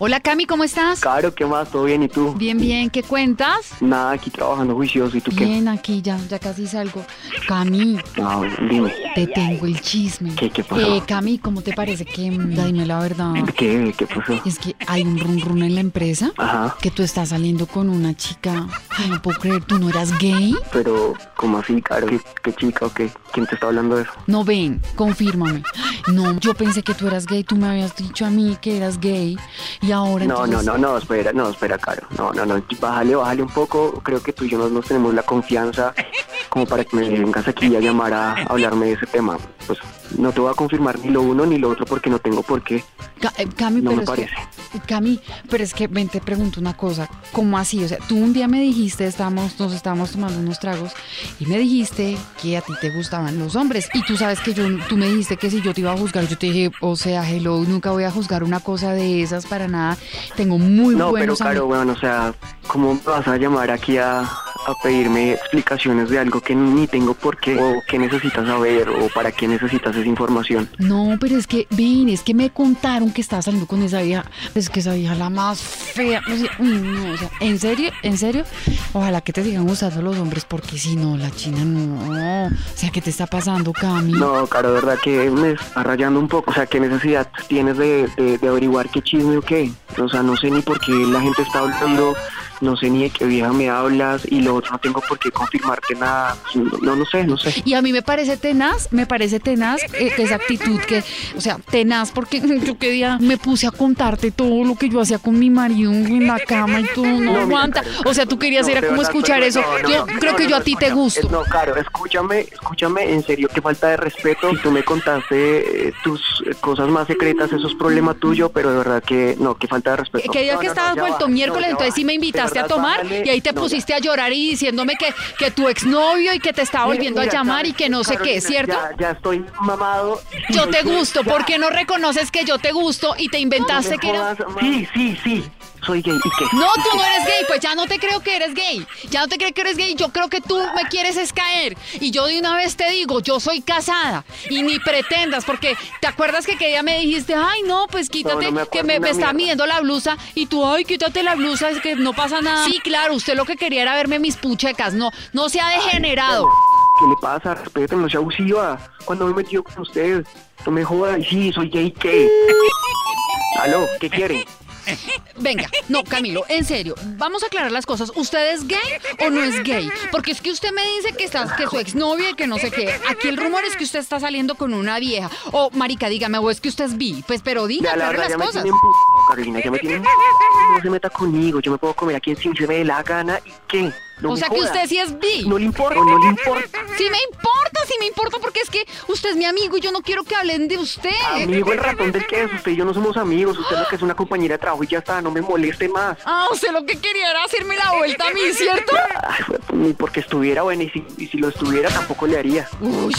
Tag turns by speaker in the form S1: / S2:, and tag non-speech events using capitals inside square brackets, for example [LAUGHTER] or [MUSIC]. S1: Hola Cami, ¿cómo estás?
S2: Caro, ¿qué más? ¿Todo bien? ¿Y tú?
S1: Bien, bien, ¿qué cuentas?
S2: Nada, aquí trabajando juicioso. ¿Y tú qué?
S1: Bien, aquí ya, ya casi salgo. Cami,
S2: Ah, dime.
S1: te tengo el chisme.
S2: ¿Qué- qué pasó?
S1: Eh, Cami, ¿cómo te parece que, mm, ya dime la verdad,
S2: ¿Qué? ¿Qué pasó?
S1: es que hay un run run en la empresa?
S2: Ajá.
S1: Que tú estás saliendo con una chica. Ay, no puedo creer, ¿tú no eras gay?
S2: Pero, ¿cómo así, Caro? ¿Qué, qué chica o qué? ¿Quién te está hablando de eso?
S1: No ven, confírmame. Ay, No, yo pensé que tú eras gay, tú me habías dicho a mí que eras gay y ahora
S2: No, no,
S1: entonces-
S2: no, no, espera, no, espera, Caro. No, no, no, bájale, bájale un poco. Creo que tú y yo no nos tenemos la confianza como para que me vengas aquí a llamar a hablarme de ese tema. Pues no te voy a confirmar ni lo uno ni lo otro porque no tengo por qué.
S1: Ca- eh, Cami,
S2: No
S1: pero
S2: me
S1: es que, Cami, pero es que ven, te pregunto una cosa, ¿cómo así? O sea, tú un día me dijiste, estábamos, nos estábamos tomando unos tragos y me dijiste que a ti te gustaban los hombres y tú sabes que yo, tú me dijiste que si yo te iba a juzgar, yo te dije, o sea, hello, nunca voy a juzgar una cosa de esas para nada. Tengo muy
S2: No, pero
S1: buenos
S2: Caro,
S1: amigos.
S2: bueno, o sea, ¿cómo me vas a llamar aquí a, a pedirme explicaciones de algo que ni tengo por qué o qué necesitas saber o para qué necesitas esa información?
S1: No, pero es que, ven, es que me contaron que estaba saliendo con esa vieja. Es que esa vieja la más fea. o sea, uy, no, o sea, en serio, en serio. Ojalá que te sigan gustando los hombres, porque si no, la china no. O sea, ¿qué te está pasando, Cami?
S2: No, Caro, de verdad que me está rayando un poco. O sea, ¿qué necesidad tienes de, de- de averiguar qué chisme o qué? O sea, no sé ni por qué la gente está hablando, no sé ni de qué vieja me hablas y lo otro no tengo por qué confirmarte nada. No, no sé, no sé.
S1: Y a mí me parece tenaz, me parece tenaz eh, que esa actitud que, o sea, tenaz, porque [LAUGHS] yo qué día me puse a contarte todo lo que yo hacía con mi marido en la cama y todo, no,
S2: mira,
S1: aguanta.
S2: Karen,
S1: o sea, tú
S2: no,
S1: querías
S2: no,
S1: era
S2: de
S1: como
S2: verdad,
S1: escuchar
S2: pero
S1: eso.
S2: no, no,
S1: yo
S2: no,
S1: creo
S2: no,
S1: que
S2: no,
S1: yo a
S2: no,
S1: ti te
S2: escúchame,
S1: gusto.
S2: es- No, claro, escúchame, escúchame, en serio, qué falta de respeto. Tú me contaste eh, tus eh, cosas más secretas, eso es problema tuyo, pero de verdad que no, qué falta de respeto.
S1: Que día
S2: No,
S1: que
S2: no, no,
S1: estabas
S2: ya
S1: vuelto
S2: va,
S1: miércoles,
S2: no, ya
S1: entonces
S2: va.
S1: sí me
S2: De
S1: invitaste a
S2: verdad,
S1: tomar
S2: bájale,
S1: y ahí te
S2: no, ya.
S1: pusiste a llorar y diciéndome que, que tu exnovio y que te estaba
S2: Mira,
S1: volviendo
S2: mira,
S1: a llamar
S2: Karen,
S1: y que no sé qué,
S2: Carolina,
S1: ¿cierto?
S2: Ya, ya estoy mamado.
S1: Yo te gusto,
S2: Ya,
S1: ¿por qué no reconoces que yo te gusto y te
S2: no me
S1: inventaste que eras...
S2: jodas, ma- Sí, sí, sí, soy gay, ¿y qué?
S1: No, tú no eres gay, pues ya no te creo que eres gay. Ya no te creo que eres gay, yo creo que tú me quieres es caer. Y yo de una vez te digo, yo soy casada y ni pretendas, porque te acuerdas que aquel día me dijiste, ay, no, pues quítate,
S2: me
S1: que
S2: acuerdo
S1: me,
S2: una
S1: me está
S2: mierda".
S1: midiendo la blusa y tú, ay, quítate la blusa, es que no pasa nada. Sí, claro, usted lo que quería era verme mis puchecas, no, no se ha degenerado.
S2: ¿Qué le pasa? Respétame, no sea abusiva. Cuando me he metido con usted, no me joda. Y sí, soy gay, ¿qué? Aló, ¿qué quiere?
S1: Venga, no, Camilo, en serio, vamos a aclarar las cosas. ¿Usted es gay o no es gay? Porque es que usted me dice que estás, que su exnovia y que no sé qué. Aquí el rumor es que usted está saliendo con una vieja. O, marica, dígame, o es que usted es bi. Pues, pero diga,
S2: Ya, la
S1: aclare
S2: verdad,
S1: las
S2: ya me
S1: cosas.
S2: tienen p***, Carolina, ya me tienen p***. No se meta conmigo, yo me puedo comer a quien sí se me dé la gana. ¿Y qué? No
S1: O
S2: me
S1: sea que
S2: joda.
S1: usted sí es bi.
S2: No le importa, no le importa.
S1: Sí me importa, sí me importa, porque es que usted es mi amigo y yo no quiero que hablen de usted.
S2: Amigo, el ratón del queso, usted y yo no somos amigos, usted lo que es una compañera de trabajo y ya está, no me moleste más.
S1: Ah, usted lo que quería era hacerme la vuelta a mí,
S2: [LAUGHS]
S1: ¿cierto?
S2: Ay, ni porque estuviera bueno y si, y si lo estuviera tampoco le haría.
S1: Uy.